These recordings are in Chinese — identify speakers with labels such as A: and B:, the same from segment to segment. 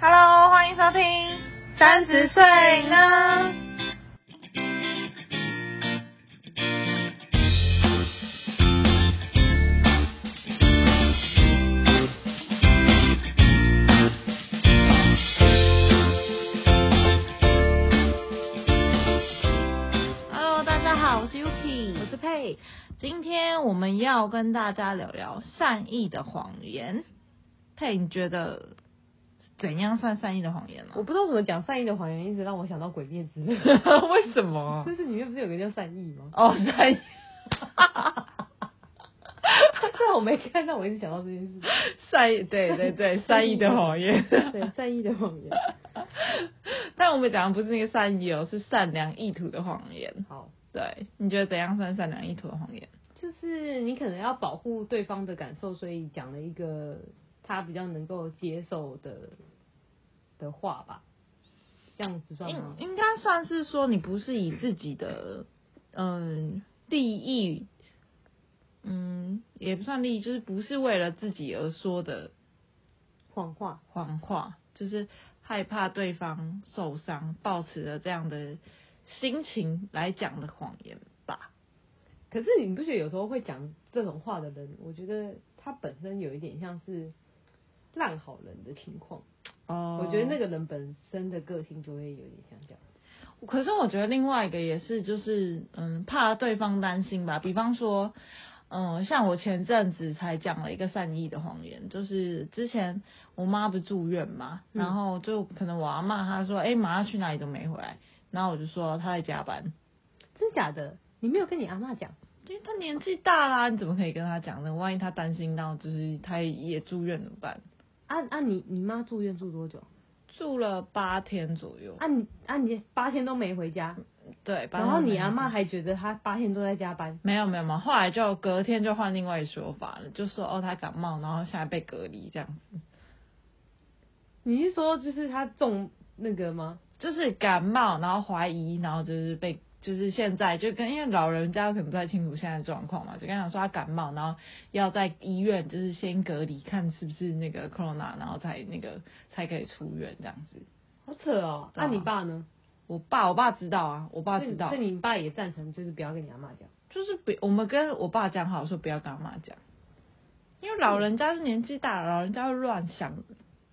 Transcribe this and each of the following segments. A: Hello，欢迎收听。三十岁呢？Hello，大家好，我是 Yuki，
B: 我是佩，
A: 今天我们要跟大家聊聊善意的谎言。佩，你觉得怎样算善意的谎言呢、
B: 我不知道怎么讲善意的谎言，一直让我想到鬼灭之刃。
A: 为什么
B: 就是里面不是有个叫善意吗？
A: 哦，善意，
B: 虽然我没看，但我一直想到这件事。
A: 善意，对对 对，善意的谎言。
B: 对，善意的谎言。
A: 但我们讲的不是那个善意哦，是善良意图的谎言。
B: 好，
A: 对，你觉得怎样算善良意图的谎言？
B: 就是你可能要保护对方的感受，所以讲了一个他比较能够接受的的话吧，这样子算吗
A: 应？应该算是说你不是以自己的嗯利益，嗯也不算利益，就是不是为了自己而说的
B: 谎话，
A: 谎话，就是害怕对方受伤，抱持着这样的心情来讲的谎言吧。
B: 可是你不觉得有时候会讲这种话的人，我觉得他本身有一点像是烂好人的情况。
A: 哦
B: 我觉得那个人本身的个性就会有点像这样。
A: 可是我觉得另外一个也是，就是嗯，怕对方担心吧。比方说，嗯，像我前阵子才讲了一个善意的谎言，就是之前我妈不是住院嘛，
B: 嗯
A: 然后就可能我阿妈她说，哎、马上去哪里都没回来，然后我就说她在加班，
B: 真假的？你没有跟你阿妈讲？
A: 因为她年纪大啦，你怎么可以跟她讲呢？万一她担心到就是她也住院怎么办？
B: 啊啊你！你妈住院住多久？
A: 住了八天左右，
B: 啊你啊你八天都没回家，
A: 对，八天
B: 然后你
A: 没
B: 阿
A: 回
B: 妈还觉得她八天都在加班，
A: 没有没有嘛，后来就隔天就换另外一个说法了，就说哦他感冒，然后现在被隔离这样子，
B: 你是说就是她中那个吗？
A: 就是感冒，然后怀疑，然后就是被就是现在就跟因为老人家可能不太清楚现在的状况嘛，就跟他讲说他感冒，然后要在医院就是先隔离，看是不是那个 corona，然后才那个才可以出院这样子。
B: 好扯哦！那、
A: 对啊
B: 你爸呢？
A: 我爸我爸知道啊，我爸知道
B: 所，以你爸也赞成，就是不要跟你阿妈讲。
A: 就是不我们跟我爸讲好说不要跟他妈讲，因为老人家是年纪大了，老人家会乱想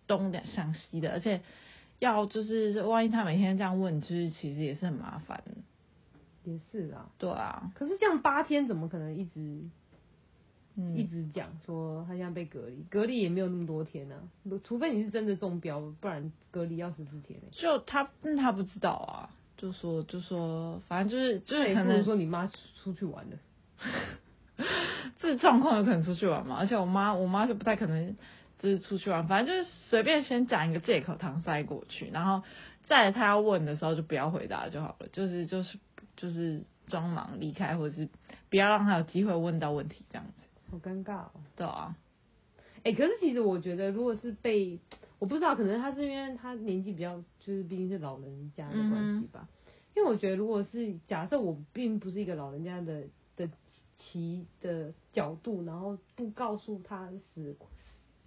A: 东的想西的，而且要就是万一他每天这样问，就是其实也是很麻烦的。
B: 也是啊，
A: 对啊，
B: 可是这样八天怎么可能一直、一
A: 嗯，
B: 直讲说她现在被隔离？隔离也没有那么多天呢、啊，除非你是真的中标，不然隔离要十四天、欸。
A: 就他、嗯、他不知道啊，就说就说，反正就是就是可
B: 那也不如
A: 能
B: 说你妈出出去玩了。
A: 这状况有可能出去玩嘛，而且我妈我妈是不太可能就是出去玩，反正就是随便先讲一个借口搪塞过去，然后在她要问的时候就不要回答就好了，就是就是就是装忙离开，或者是不要让她有机会问到问题这样子，
B: 好尴尬哦。
A: 对啊，
B: 哎、可是其实我觉得，如果是被我不知道，可能他是因为他年纪比较，就是毕竟是老人家的关系吧。因为我觉得，如果是假设我并不是一个老人家的的其的角度，然后不告诉他死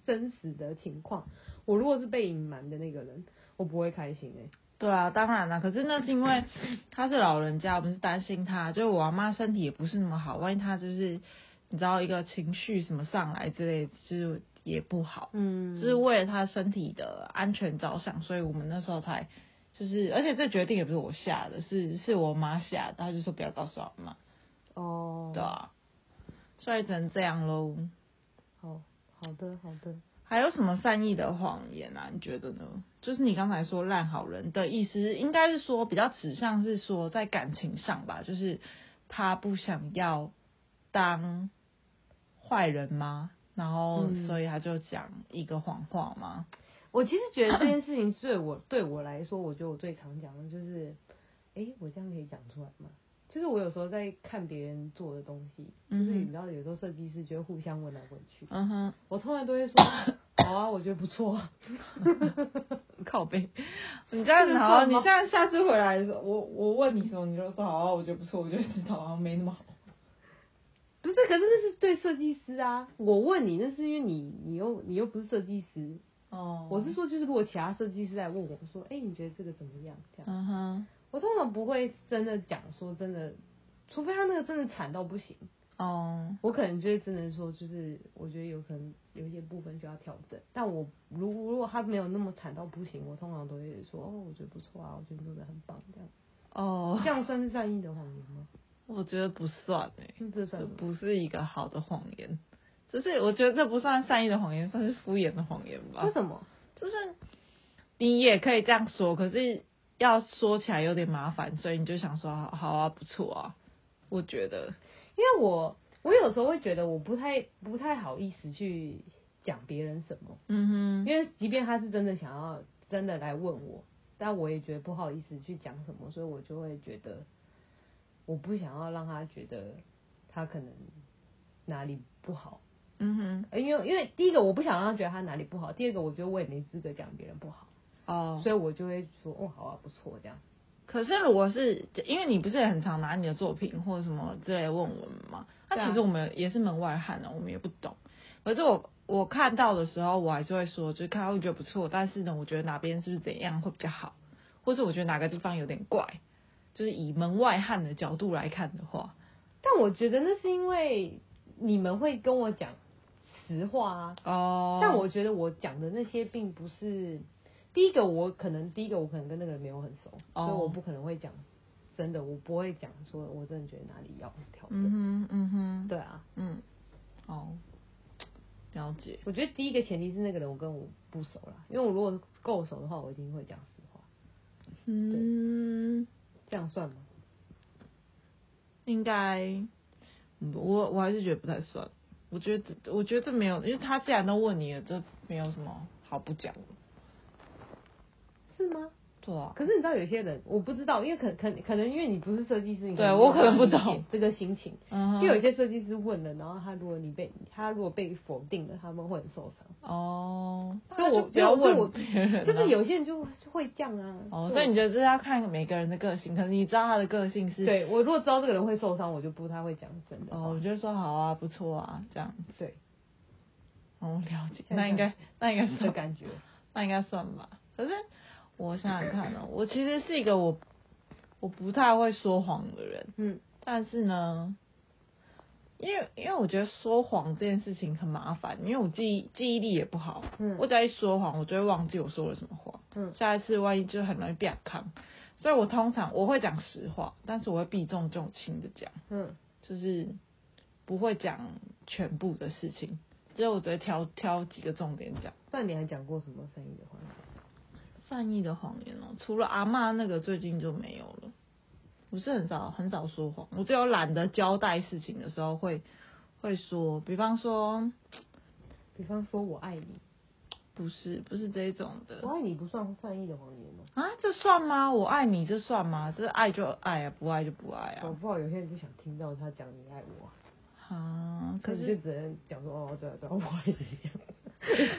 B: 真实的情况，我如果是被隐瞒的那个人，我不会开心哎、
A: 对啊，当然啦，可是那是因为她是老人家，我们是担心她，就是我阿妈身体也不是那么好，万一她就是你知道一个情绪什么上来之类，就是也不好。
B: 嗯
A: 是为了他身体的安全着想，所以我们那时候才就是，而且这决定也不是我下的，是是我妈下的，她就说不要告诉我妈，
B: 哦，
A: 对啊，所以只能这样喽。
B: 好好的好的，
A: 还有什么善意的谎言啊？你觉得呢？就是你刚才说烂好人的意思，应该是说比较指向是说在感情上吧，就是他不想要当坏人吗？然后
B: 嗯
A: 所以他就讲一个谎话吗？
B: 我其实觉得 这件事情对我对我来说，我觉得我最常讲的就是，诶，我这样可以讲出来吗？就是我有时候在看别人做的东西，就
A: 嗯哼
B: 是你知道，有时候设计师就会互相问来问去，
A: 嗯哼，
B: 我通常都会说，好啊，我觉得不错啊。
A: 靠背，你这样子好，你这样下次回来的时候，我我问你什么，你就说好、啊，我觉得不错，我觉得知道好像没那么好。
B: 不是，可是那是对设计师啊。我问你，那是因为你，你又你又不是设计师，
A: 哦，
B: 我是，说，就是如果其他设计师来问我说，哎、你觉得这个怎么样？这样，
A: 嗯哼，
B: 我通常不会真的讲说真的，除非他那个真的惨到不行，
A: 哦，
B: 我可能就会真的说，就是我觉得有可能有一些部分需要调整。但我如如果他没有那么惨到不行，我通常都会说，哦，我觉得不错啊，我觉得你做的很棒，这样，
A: 哦，
B: 这样算是善意的谎言吗？
A: 我觉得不算诶、
B: 嗯这算
A: 这
B: 吗
A: 不是一个好的谎言，就是我觉得这不算善意的谎言，算是敷衍的谎言吧
B: 为。什么？
A: 就是你也可以这样说，可是要说起来有点麻烦，所以你就想说好好啊，不错啊，我觉得，
B: 因为我我有时候会觉得我不太不太好意思去讲别人什么，
A: 嗯哼，
B: 因为即便他是真的想要真的来问我，但我也觉得不好意思去讲什么，所以我就会觉得我不想要让他觉得他可能哪里不好，
A: 嗯哼，
B: 呃因为因为第一个我不想让他觉得他哪里不好，第二个我觉得我也没资格讲别人不好，
A: 哦，
B: 所以我就会说哦好啊不错这样，
A: 可是如果是因为你不是也很常拿你的作品或者什么之类问我们嘛，那、
B: 对啊
A: 其实我们也是门外汉啊，我们也不懂。可是我我看到的时候，我还是会说，就是看到会觉得不错，但是呢，我觉得哪边是不是怎样会比较好，或是我觉得哪个地方有点怪，就是以门外汉的角度来看的话，
B: 但我觉得那是因为你们会跟我讲实话啊，
A: 哦，
B: 但我觉得我讲的那些并不是第一个，我可能第一个我可能跟那个人没有很熟，
A: 哦
B: 所以我不可能会讲真的，我不会讲说我真的觉得哪里要调整。
A: 嗯哼嗯哼，
B: 对啊，
A: 嗯，哦，了解，
B: 我觉得第一个前提是那个人我跟我不熟啦，因为我如果够熟的话，我一定会讲实话，
A: 嗯。
B: 这样算吗？
A: 应该，嗯我我还是觉得不太算。我觉得这我觉得这没有，因为他既然都问你了，这没有什么好不讲的。
B: 是吗？
A: 对啊，
B: 可是你知道有些人我不知道，因为可可可能因为你不是设计师，你
A: 对我可能不
B: 理解
A: 懂
B: 这个心情。
A: 嗯
B: 因为有一
A: 哼，
B: 些设计师问了，然后他如果你被他如果被否定了，他们会很受伤。
A: 哦，
B: 所以我
A: 那就不要
B: 所以我
A: 问别人啊，
B: 就是有些人就就会这样啊。
A: 哦，
B: 对
A: 所以你觉得这是要看每个人的个性，可是你知道他的个性是，
B: 对我如果知道这个人会受伤，我就不太会讲真的。
A: 哦，
B: 哦
A: 我，就说好啊，不错啊，这样，
B: 对
A: 哦，了解，
B: 现在
A: 那应该那应该
B: 的
A: 算
B: 感觉，
A: 那应该算吧。可是我想想看哦，我其实是一个我我不太会说谎的人，
B: 嗯，
A: 但是呢，因为因为我觉得说谎这件事情很麻烦，因为我记忆记忆力也不好，
B: 嗯
A: 我只要一说谎，我就会忘记我说了什么话，
B: 嗯
A: 下一次万一就很容易变康，所以我通常我会讲实话，但是我会避重就轻的讲，
B: 嗯
A: 就是不会讲全部的事情，就是我只会挑挑几个重点讲。
B: 那你还讲过什么生意的话？
A: 善意的谎言哦，除了阿嬷那个最近就没有了。我是很少很少说谎，我只有懒得交代事情的时候会会说，比方说
B: 比方说我爱你，
A: 不是不是这一种
B: 我
A: 的
B: 爱你不算善意的谎言吗？
A: 啊，这算吗？我爱你这算吗？这爱就爱啊，不爱就不爱
B: 搞
A: 啊。
B: 不好有些人就想听到他讲你爱我啊，
A: 啊，可
B: 你
A: 是
B: 就只能讲说哦对啊对啊我爱 你。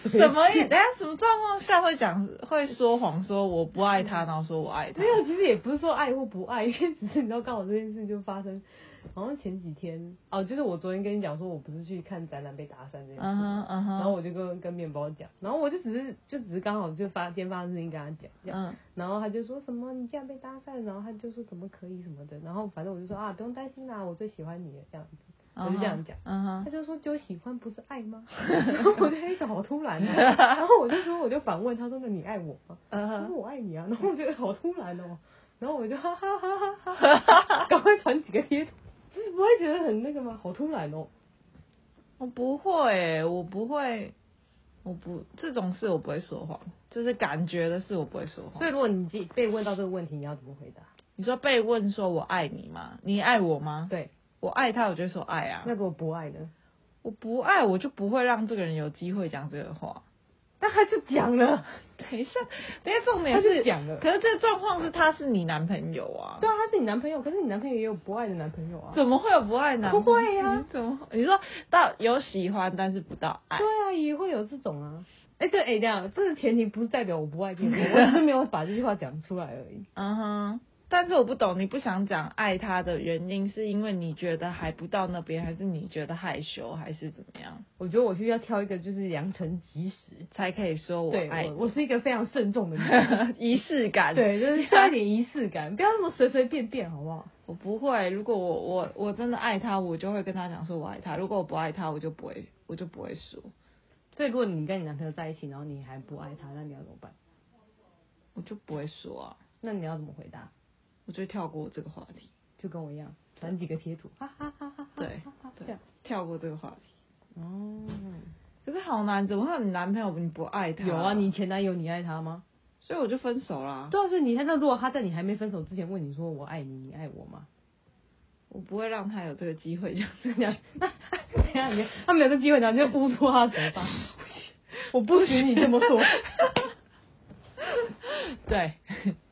A: 什么 意？等一下什么状况下会讲会说谎，说我不爱他，然后说我爱他
B: 没？有，其实也不是说爱或不爱，因为只是你知道，刚好这件事就发生，好像前几天哦，就是我昨天跟你讲说，我不是去看展览被搭讪这件事
A: 嗯哼嗯
B: 然后
A: 哼，
B: 我就跟跟面包讲，然后我就只是就只是刚好就发先发生事情跟他讲，这样
A: 嗯
B: 然后他就说什么你竟然被搭讪，然后他就说怎么可以什么的，然后反正我就说啊不用担心啦、我最喜欢你了这样子，我就这样讲。
A: 嗯哼
B: 他，就说：“就喜欢不是爱吗？” 然后我就一个好突然、啊，然后我就说，我就反问他说：“那你爱我吗？”
A: 嗯
B: 他
A: 哼
B: 说：“我爱你啊。”然后我觉得好突然哦，然后我就哈哈哈哈哈哈， 赶快传几个贴图，就是不会觉得很那个吗？好突然哦，
A: 我不会欸、我不会，我不这种事我不会说谎，就是感觉的事我不会说
B: 所
A: 谎。
B: 以如果你自己被问到这个问题，你要怎么回答？
A: 你说被问说我爱你吗？你爱我吗？
B: 对，
A: 我爱他，我就会说爱啊
B: 那。如果不爱呢？
A: 我不爱，我就不会让这个人有机会讲这个话。
B: 那他就讲了，
A: 等一下，等一下，重
B: 他
A: 点，
B: 就是讲了。
A: 可是这个状况是他是你男朋友啊，
B: 对啊，他是你男朋友，可是你男朋友也有不爱的男朋友啊。
A: 怎么会有不爱男朋友？
B: 不会啊
A: 你怎么你说到有喜欢，但是不到爱
B: 对？啊，也会有这种啊。哎、对，哎、 这样，这个前提不是代表我不爱这个人，我只是没有把这句话讲出来而已。
A: 嗯哼，但是我不懂，你不想讲爱他的原因，是因为你觉得还不到那边，还是你觉得害羞，还是怎么样，
B: 我觉得我需要挑一个就是良辰吉时。
A: 才可以说我
B: 对
A: 爱
B: 我，
A: 你？
B: 我是一个非常慎重的人，
A: 仪式感。
B: 对，就是需要一点仪式感，不要那么随随便便，好不好？
A: 我不会，如果我我我真的爱他，我就会跟他讲说我爱他；如果我不爱他，我就不会，我就不会说。
B: 所以如果你跟你男朋友在一起，然后你还不爱他，那你要怎么办？
A: 我就不会说啊，
B: 那你要怎么回答？
A: 我就跳过这个话题，
B: 就跟我一样，传几个贴图，哈哈哈哈哈哈
A: 对
B: 哈哈，这
A: 对
B: 样。，
A: 跳过这个话题。
B: 哦，
A: 可是好难，怎么会有你男朋友你不爱他？
B: 有啊，你，前男友你爱他吗？
A: 所以我就分手啦。
B: 对啊，所以你看到，如果他在你还没分手之前问你说我爱你，你爱我吗？
A: 我不会让他有这个机会这样
B: 这 样，这样你他没有这机会，然后你就捂住他的嘴巴。 我不许你这么做，
A: 对，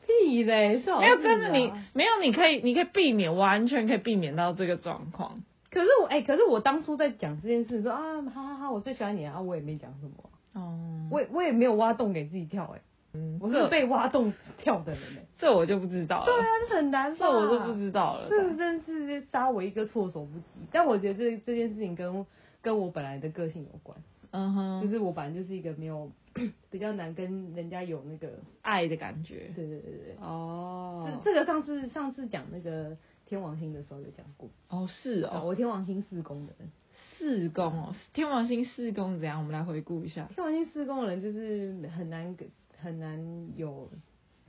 B: 屁嘞！ 最好是啊
A: 没有跟着你，没有你可以，你可以避免，完全可以避免到这个状况。
B: 可是我哎、可是我当初在讲这件事说啊，哈哈哈，我最喜欢你啊，我也没讲什么啊、
A: 哦，
B: 我也我也没有挖洞给自己跳、哎，
A: 嗯
B: 我是
A: 这
B: 被挖洞跳的人、哎，
A: 这我就不知道
B: 对啊
A: 了，，
B: 这很难
A: 这
B: 受，
A: 我就不知道了。
B: 这真是杀我一个措手不及。但我觉得这这件事情跟跟我本来的个性有关，
A: 嗯
B: 就
A: 哼，
B: 是我本来就是一个没有 比较难跟人家有那个，
A: 爱的感觉
B: 对。对对对
A: 哦
B: 对，这这个上次上次讲那个天王星的时候有讲过，
A: 哦，是
B: 啊
A: 哦，
B: 我天王星四宫的人，
A: 四宫哦，天王星四宫怎样？我们来回顾一下。
B: 天王星四宫的人就是很难跟很难有。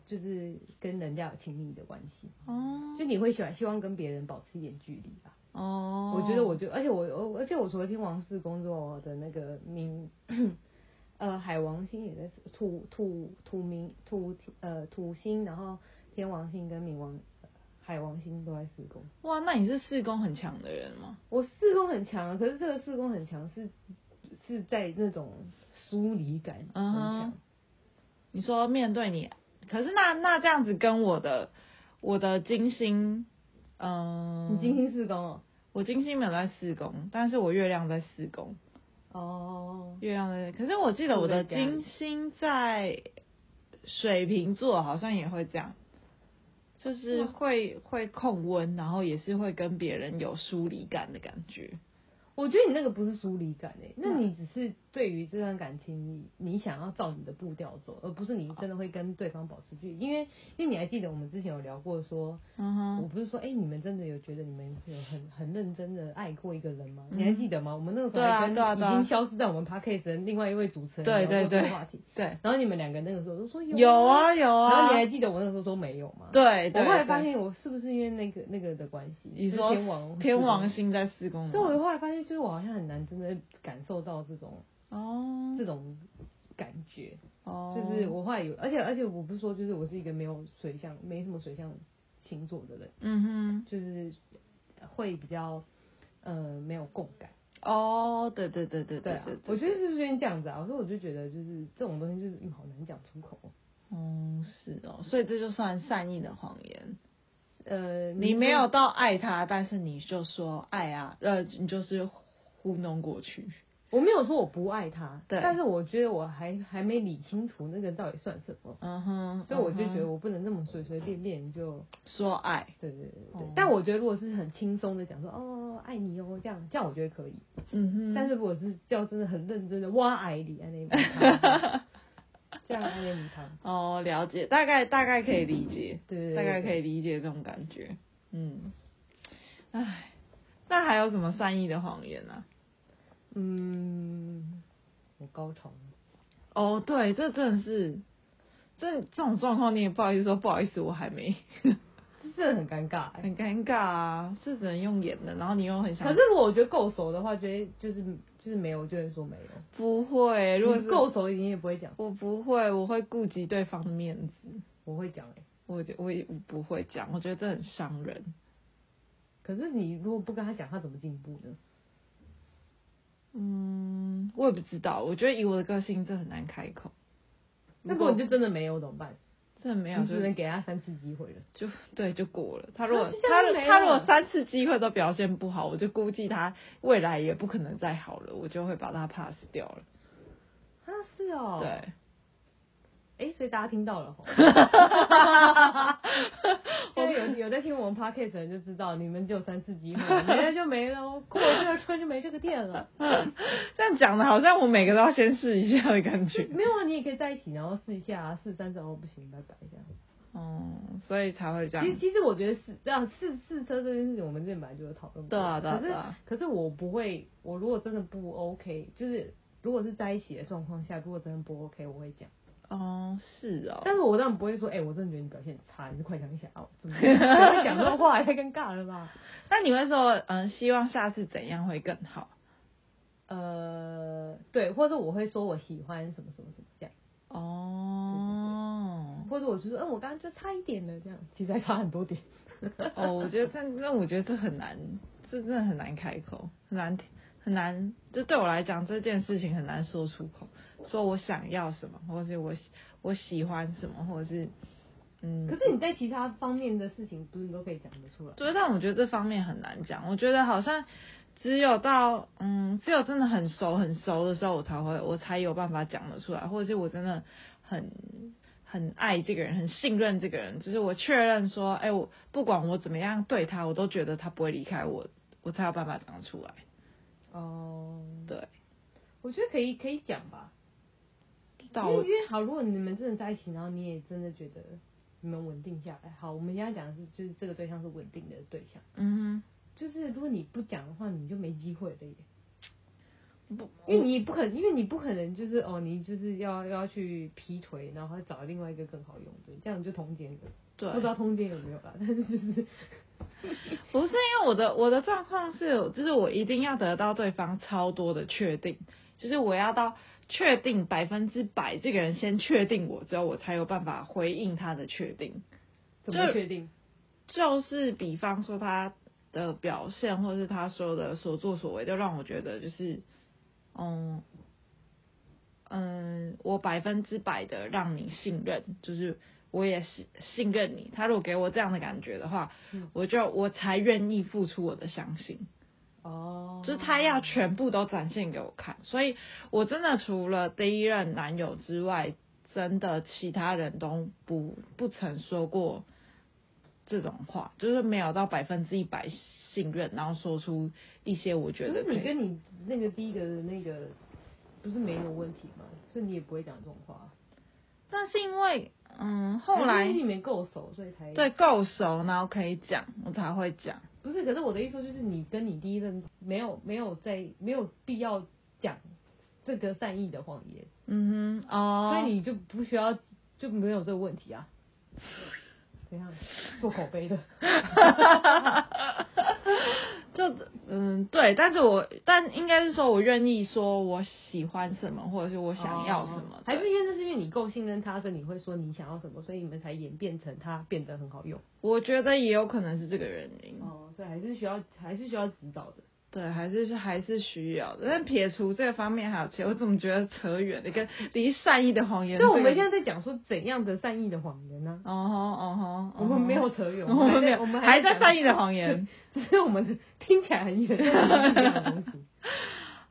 B: 就是跟人家有亲密的关系，
A: 哦
B: 就你会喜欢希望跟别人保持一点距离吧。
A: 哦，
B: 我觉得我就，而且我我而且我除了天王寺工作的那个冥， 呃，海王星也在土土土冥土呃土星，然后天王星跟冥王呃海王星都在四宫。
A: 哇，那你是四宫很强的人吗？
B: 我四宫很强，啊可是这个四宫很强是是在那种疏离感很
A: 嗯哼
B: 强。
A: 你说面对你，可是那那这样子跟我的我的金星，嗯，
B: 你金星四宫哦。
A: 我金星没有在四宫，但是我月亮在四宫，
B: 哦，
A: 月亮在，可是我记得我的金星在水瓶座，好像也会这样，就是会会控温，然后也是会跟别人有疏离感的感觉。
B: 我觉得你那个不是疏离感诶、欸那你只是对于这段感情，你你想要照你的步调走，而不是你真的会跟对方保持距离。因为因为你还记得我们之前有聊过说，
A: 嗯哼，
B: 我不是说哎、诶你们真的有觉得你们有很很认真的爱过一个人吗？
A: 嗯
B: 你还记得吗？我们那个时
A: 对
B: 候
A: 啊
B: 还跟
A: 对啊
B: 已
A: 对啊
B: 经消失在我们 podcast 的另外一位主持人
A: 对对
B: 聊过这
A: 对
B: 个话题，
A: 对，
B: 然后你们两个那个时候都说
A: 有
B: 啊，
A: 啊有啊。
B: 然后你还记得我那个时候说没有吗？
A: 对对，
B: 我后来发
A: 对
B: 现我是不是因为那个那个的关系，
A: 你
B: 就是
A: 说
B: 天王
A: 天王星在四宫吗，
B: 所以我后来发现，就是我好像很难真的感受到这种
A: 哦
B: 这种感觉。
A: 哦，
B: 就是我后来有，而且而且我不是说，就是我是一个没有水象、没什么水象星座的人，
A: 嗯
B: 就是会比较呃没有共感。
A: 哼，哦，对对对对
B: 啊
A: 对，，
B: 我觉
A: 哦得
B: 得是不是因为这样子啊？所以我就觉得就是这种东西就是嗯好难讲出口哦。
A: 嗯是哦，所以这就算善意的谎言，
B: 呃，
A: 你没
B: 说
A: 有到爱他，但是你就说爱啊，呃，你就是糊弄过去，
B: 我没有说我不爱他，
A: 对
B: 但是我觉得我还还没理清楚那个到底算什么，
A: 嗯哼，
B: 所以我就
A: 嗯
B: 觉
A: 哼
B: 得我不能那么随随便便就。
A: 说爱，
B: 对对对对
A: 哦
B: 对，但我觉得如果是很轻松的讲说哦爱你哦这样这样我觉得可以，
A: 嗯哼，
B: 但是如果是要真的很认真的挖爱你爱你母 汤，这样爱你母汤，
A: 哦，了解，大概大概可以理解，
B: 对对对，
A: 大概可
B: 以。
A: 以理解这种感觉，嗯，唉，那还有什么善意的谎言啊呢、
B: 嗯，我高潮了，
A: 哦，对，这真的是，这这种状况你也不好意思说不好意思，我还没，
B: 这真的很尴尬哎、
A: 很尴尬啊，是只能用演的，然后你又很想，
B: 可是如果我觉得够熟的话，觉得就是就是没有，就会说没有。
A: 不会，哎如果
B: 你
A: 是
B: 够熟，你也不会讲，
A: 我不会，我会顾及对方的面子，
B: 我会讲哎、
A: 我就我也我不会讲，我觉得这很伤人，
B: 可是你如果不跟他讲，他怎么进步呢？
A: 嗯，我也不知道，我觉得以我的个性，这很难开口。
B: 那如果你就真的没有怎么办？
A: 真的没有，
B: 你
A: 就
B: 只
A: 是
B: 能给他三次机会了。
A: 就对就过了。他如果
B: 那
A: 他
B: 就这样就没了
A: 他如果三次机会都表现不好，我就估计他未来也不可能再好了，我就会把他 pass 掉了。
B: 啊，是哦。
A: 对，
B: 哎、哦所以大家听到了吼，现 在有有在 听我们 podcast 的人就知道，你们只有三次机会， 没了就没了哦，过了这个村就没这个店了。
A: 这样讲的好像我每个都要先试一下的感觉。
B: 没有啊，你也可以在一起，然后试一下、啊，试三次哦不行，拜拜这样。
A: 哦、所以才会这样
B: 其。实其实我觉得是这样试试车这件事情，我们之前本来就有讨论过。
A: 对啊对啊
B: 可
A: 对
B: 是
A: 啊
B: 可是我不会，我如果真的不 OK，就是如果是在一起的状况下，如果真的不 OK，我会讲。
A: 哦，是哦。
B: 但是我当然不会说，哎、我真的觉得你表现很差，你是快想一想 啊，我怎么不会讲这种话也太尴尬了吧？
A: 那你会说，嗯，希望下次怎样会更好？
B: 呃，对，或者我会说我喜欢什么什么什么这样，
A: 哦。
B: 或者我就说，嗯、我刚刚就差一点了这样，其实还差很多点。
A: 哦，我觉得但那我觉得这很难，这真的很难开口，很难很难。就对我来讲，这件事情很难说出口，说我想要什么，或是我喜我喜欢什么，或者是嗯。
B: 可是你在其他方面的事情，不是你都可以讲得出来？
A: 对，但我觉得这方面很难讲。我觉得好像只有到嗯，只有真的很熟很熟的时候，我才会我才有办法讲得出来，或者是我真的很很爱这个人，很信任这个人，就是我确认说，哎、我不管我怎么样对他，我都觉得他不会离开我，我才有办法讲得出来。
B: 哦、
A: 对，
B: 我觉得可以可以讲吧，因
A: 到
B: 为因为好，如果你们真的在一起，然后你也真的觉得你们稳定下来，好，我们现在讲的是就是这个对象是稳定的对象，
A: 嗯
B: 就是如果你不讲的话，你就没机会了耶。
A: 哼，不，
B: 因为你不可，因为你不可能就是哦，你就是要要去劈腿，然后找另外一个更好用的，这样就通奸了。
A: 对，
B: 不知道通奸有没有啦，但是就是
A: 不是因为我的我的状况是，就是我一定要得到对方超多的确定，就是我要到确定百分之百，这个人先确定我之后，我才有办法回应他的确定。
B: 怎么
A: 就
B: 确定？
A: 就是比方说他的表现，或是他说的所作所为，都让我觉得就是，嗯嗯，我百分之百的让你信任，就是我也信信任你。他如果给我这样的感觉的话，
B: 嗯
A: 我就我才愿意付出我的相信。
B: 哦，
A: 就是他要全部都展现给我看，所以我真的除了第一任男友之外，真的其他人都不不曾说过这种话，就是没有到百分之一百信任，然后说出一些我觉
B: 可
A: 得
B: 是
A: 可
B: 你
A: 以。
B: 跟你那个第一个的那个不是没有问题吗？所以你也不会讲这种话。
A: 但是因为嗯，后
B: 还是因
A: 来
B: 为你们够熟，所以才
A: 对够熟，然后可以讲，我才会讲。
B: 不是。可是我的意思说，就是你跟你第一任没有没有在没有必要讲这个善意的谎言，
A: 嗯哼，哦，
B: 所以你就不需要，就没有这个问题啊。怎样做口碑的？
A: 就嗯对，但是我但应该是说我愿意说我喜欢什么，或者是我想要什么
B: 哦，还
A: 对
B: 是因为那是因为你够信任他，所以你会说你想要什么，所以你们才演变成他变得很好用。
A: 我觉得也有可能是这个原因，
B: 哦，所以还是需要还是需要指导的。
A: 对，还是还是需要的。但撇除这个方面还有其，我怎么觉得扯远了，跟离善意的谎言
B: 所
A: 这个。
B: 以我们现在在讲说怎样的善意的谎言呢、
A: 哦吼哦吼，
B: 我们没
A: 哦
B: 有扯 远，
A: 吼，我们没有，
B: 我们
A: 还在善
B: 意，
A: 意的 谎言。
B: 只是我们听起来很远，但是我们是一样的东西。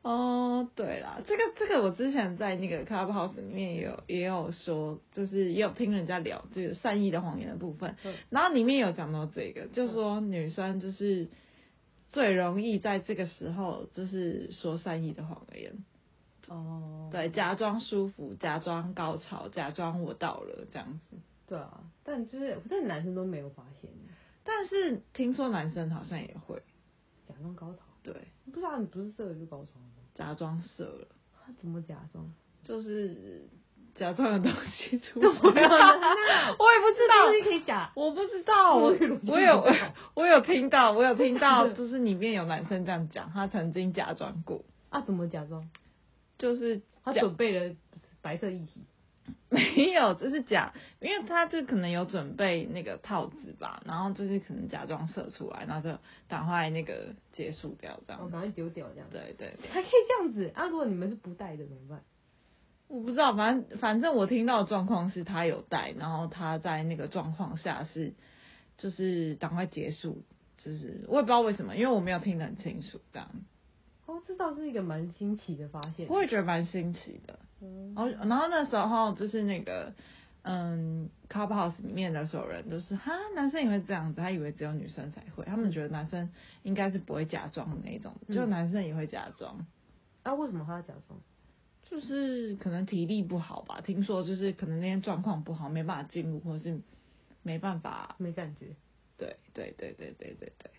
A: 哦，对啦，这个这个我之前在那个 Clubhouse 里面也有也有说，就是也有听人家聊这个善意的谎言的部分，
B: 嗯
A: 然后里面有讲到这个，就说女生就是最容易在这个时候就是说善意的谎言，
B: 哦，
A: 对，假装舒服，假装高潮，假装我到了这样子。
B: 对啊，但就是但男生都没有发现，
A: 但是听说男生好像也会，
B: 假装高潮，
A: 对，
B: 不知道你不是射了就高潮吗？
A: 假装射了，
B: 他怎么假 装？
A: 就是假装有东西出来，
B: 怎 么
A: 我也
B: 可能？
A: 不知道。
B: 是可以假。
A: 我不知道，哦我
B: 这个逻辑
A: 我有
B: 不知道
A: 我有听到，我有听到，就是里面有男生这样讲，他曾经假装过，
B: 啊，怎么假装？
A: 就是
B: 他
A: 假
B: 准备了白色液体。
A: 没有，就是假，因为他就可能有准备那个套子吧，然后就是可能假装射出来，然后就赶快那个结束掉这
B: 我
A: 样。
B: 哦赶快丢掉这样子，
A: 对对，
B: 还可以这样子啊！如果你们是不带的怎么办？
A: 我不知道，反正反正我听到的状况是他有带，然后他在那个状况下是就是赶快结束，就是我也不知道为什么，因为我没有听得很清楚这样，
B: 哦，这倒是一个蛮
A: 嗯
B: 新奇的发现。
A: 我也觉得蛮新奇的。
B: 嗯
A: 哦，然后那时候就是那个嗯 Clubhouse 里面的所有人都是哈，男生也会这样子，他以为只有女生才会，他们觉得男生应该是不会假装的那一种，
B: 嗯
A: 就男生也会假装，
B: 啊，为什么他要假装？
A: 就是可能体力不好吧，听说就是可能那天状况不好，没办法进入，或是没办法，
B: 没感觉
A: 对对对对对对对，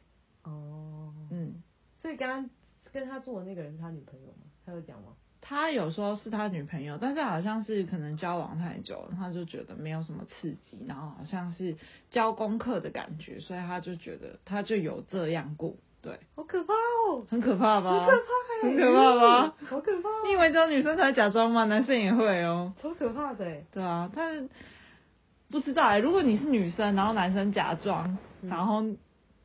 B: 哦。
A: 嗯，
B: 所以刚刚跟他做的那个人是他女朋友吗？他有讲吗？
A: 他有说是他女朋友，但是好像是可能交往太久了，他就觉得没有什么刺激，然后好像是交功课的感觉，所以他就觉得他就有这样过，对，
B: 好可怕哦！
A: 很可怕吧？
B: 哎
A: 很可怕吧？
B: 好可怕哦！
A: 你以为只有女生才假装吗？男生也会哦。
B: 超可怕的哎！
A: 对啊，但是不知道哎、如果你是女生，然后男生假装，
B: 嗯
A: 然后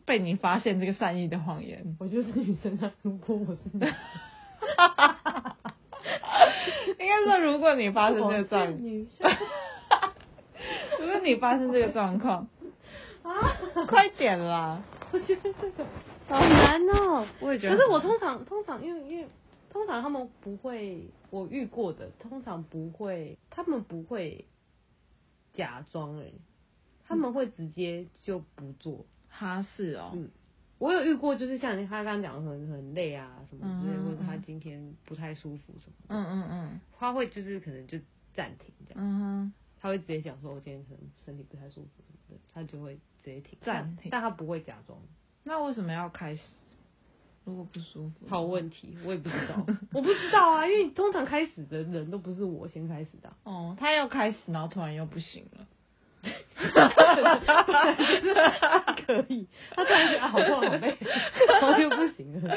A: 被你发现这个善意的谎 言，
B: 我就是女生啊，如果我是 女生，
A: 应该说如果你发生这个
B: 我
A: 状
B: 是，女生
A: 如果你发生这个状 况，
B: 啊！
A: 快点啦！
B: 我觉得这个好难哦。
A: 我也觉得
B: 可
A: 很难，
B: 是我通常通常因为因为通常他们不会，我遇过的通常不会，他们不会假装哎、他们会直接就不做。
A: 哈是哦，
B: 嗯我有遇过，就是像他刚刚讲的很很累啊什么之类，
A: 嗯嗯嗯
B: 或者他今天不太舒服什么，
A: 嗯嗯嗯
B: 他会就是可能就暂停这样，
A: 嗯哼，
B: 他会直接讲说我今天可能身体不太舒服什么的，他就会直接停
A: 暂停
B: 但他不会假装。
A: 那为什么要开始？如果不舒服，
B: 好问题，我也不知 道，我不知道啊，因为通常开始的人都不是我先开始的啊、
A: 哦，他又开始，然后突然又不行了。
B: 啊 可以，他突然觉得啊好不好累，然后就不行了，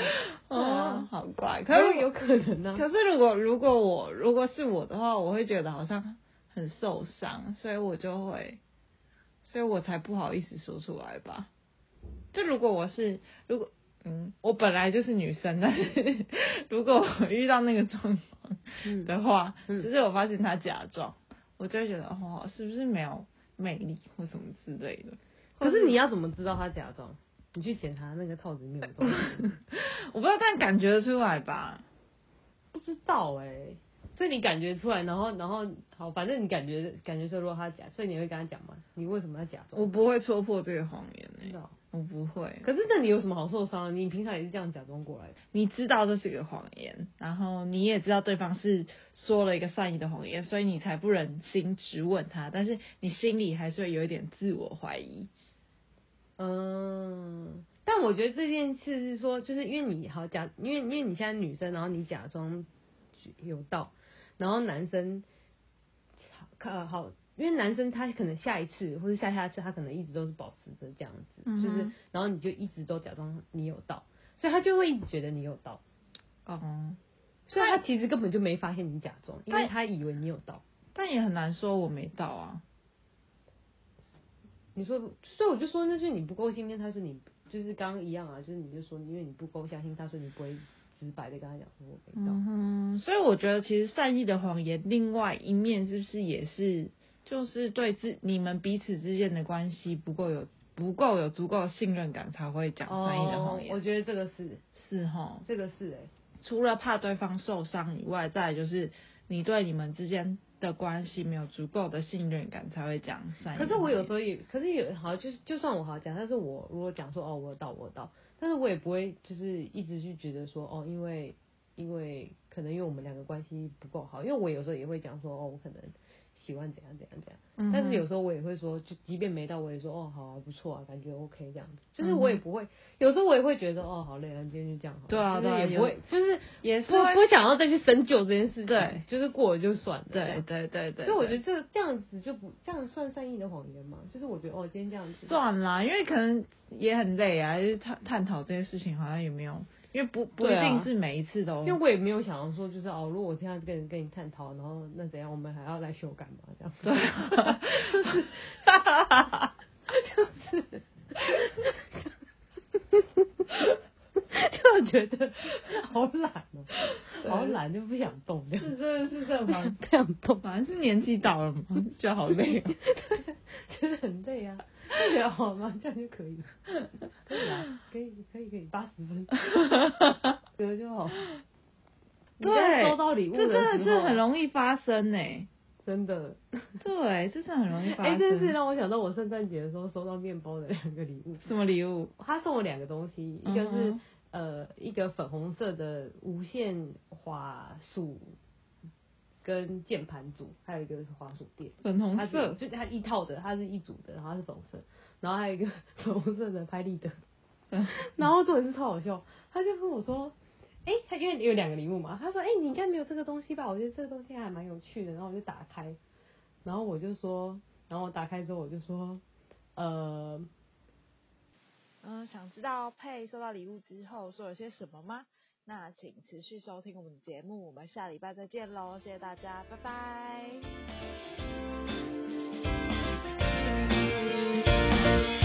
A: 哦，好怪。可
B: 可
A: 是
B: 是有可能呢、啊，
A: 可是如果如果我如果是我的话，我会觉得好像很受伤，所以我就会，所以我才不好意思说出来吧。就如果我是如果嗯，我本来就是女生，但是如果我遇到那个状况
B: 嗯，
A: 的话，
B: 嗯
A: 就是我发现他假装，我就会觉得哦，是不是没有魅力或什么之类的？
B: 可是你要怎么知道他假装？你去检查那个套子里面有东西，
A: 我不知道，但感觉得出来吧？
B: 不知道哎、所以你感觉出来，然后然后好，反正你感觉感觉出来，如果他假，所以你会跟他讲吗？你为什么要假装？
A: 我不会戳破这个谎言
B: 不
A: 诶、
B: 知道。
A: 我不会。
B: 可是那你有什么好受伤的？你平常也是这样假装过来的。
A: 你知道这是一个谎言，然后你也知道对方是说了一个善意的谎言，所以你才不忍心质问他，但是你心里还是会有一点自我怀疑。
B: 嗯，但我觉得这件事是说，就是因为你好假，因为因为你现在女生，然后你假装有到，然后男生呃好，因为男生他可能下一次或者下下次，他可能一直都是保持着这样子，
A: 嗯哼
B: 就是然后你就一直都假装你有到，所以他就会一直觉得你有到，
A: 哦、
B: 所以他其实根本就没发现你假装，因为
A: 但
B: 他以为你有到。
A: 但也很难说我没到啊。
B: 你说，所以我就说那是你不够信任，他说你就是刚刚一样啊，就是你就说因为你不够相信，他说你不会直白的跟他讲说我没到。
A: 嗯哼，所以我觉得其实善意的谎言另外一面是不是也是就是对自你们彼此之间的关系不够有不够有足够的信任感才会讲善意的谎言，
B: 哦我觉得这个是，
A: 是哈。
B: 这个是哎、欸，
A: 除了怕对方受伤以外，再来就是你对你们之间的关系没有足够的信任感，才会讲善意。
B: 可是我有时
A: 候，
B: 候也，可是也好，就是就算我好讲，但是我如果讲说哦我有到我有到，但是我也不会就是一直去觉得说哦，因为因为可能因为我们两个关系不够好，因为我有时候也会讲说哦，我可能喜欢怎样怎样怎样，
A: 嗯哼
B: 但是有时候我也会说，就即便没到，我也说哦好啊不错啊，感觉 OK 这样子，就是我也不会，有时候我也会觉得哦好累啊，今天就这样好了，
A: 嗯对啊
B: 就是
A: 对啊
B: 也不会，就是
A: 也是
B: 不
A: 会
B: 不想要再去深究这件事情，
A: 对，
B: 就是过了就算了，这
A: 对
B: 样
A: 对对对，
B: 所以我觉
A: 对
B: 得这这样子就不这样算善意的谎言嘛？就是我觉得哦，今天这样子，
A: 算啦，因为可能也很累啊，就是探探讨这些事情好像也没有，因为不不一
B: 对啊
A: 定是每一次都
B: 因为我也没有想要说就是哦，如果我现在跟你跟你探讨，然后那怎样，我们还要来修改嘛？这样
A: 对，啊
B: 就觉得好懒哦、好懒就不想动这样，
A: 是真的是这样，
B: 不想动，
A: 反正是年纪到了嘛，就觉得好累啊。
B: 觉得很累啊。就觉得好吗？这样就可以了，可以啊，可以可以可以，八 十分，觉得就好。你在
A: 对
B: 收到礼物
A: 这
B: 的
A: 真的
B: 时
A: 是
B: 候啊
A: 很容易发生呢、
B: 真的，
A: 对，这是很容易发
B: 哎、
A: 生。
B: 这件事让我想到我圣诞节的时候收到面包的两个礼物，
A: 什么礼物？
B: 他送我两个东西，一个是、
A: 嗯
B: 呃一个粉红色的无线滑鼠跟键盘组，还有一个是滑鼠垫。
A: 粉红
B: 它
A: 色
B: 是，就它一套的，它是一组的，然后它是粉红色，然后还有一个 粉红色的拍立得，
A: 嗯
B: 然后重点是超好笑，他就跟我说，哎、他因为有两个礼物嘛，他说，哎、你应该没有这个东西吧？我觉得这个东西还蛮有趣的，然后我就打开，然后我就说，然后我打开之后我就说，呃，
A: 嗯，想知道佩收到礼物之后说了些什么吗？那请持续收听我们的节目，我们下礼拜再见喽，谢谢大家，拜拜。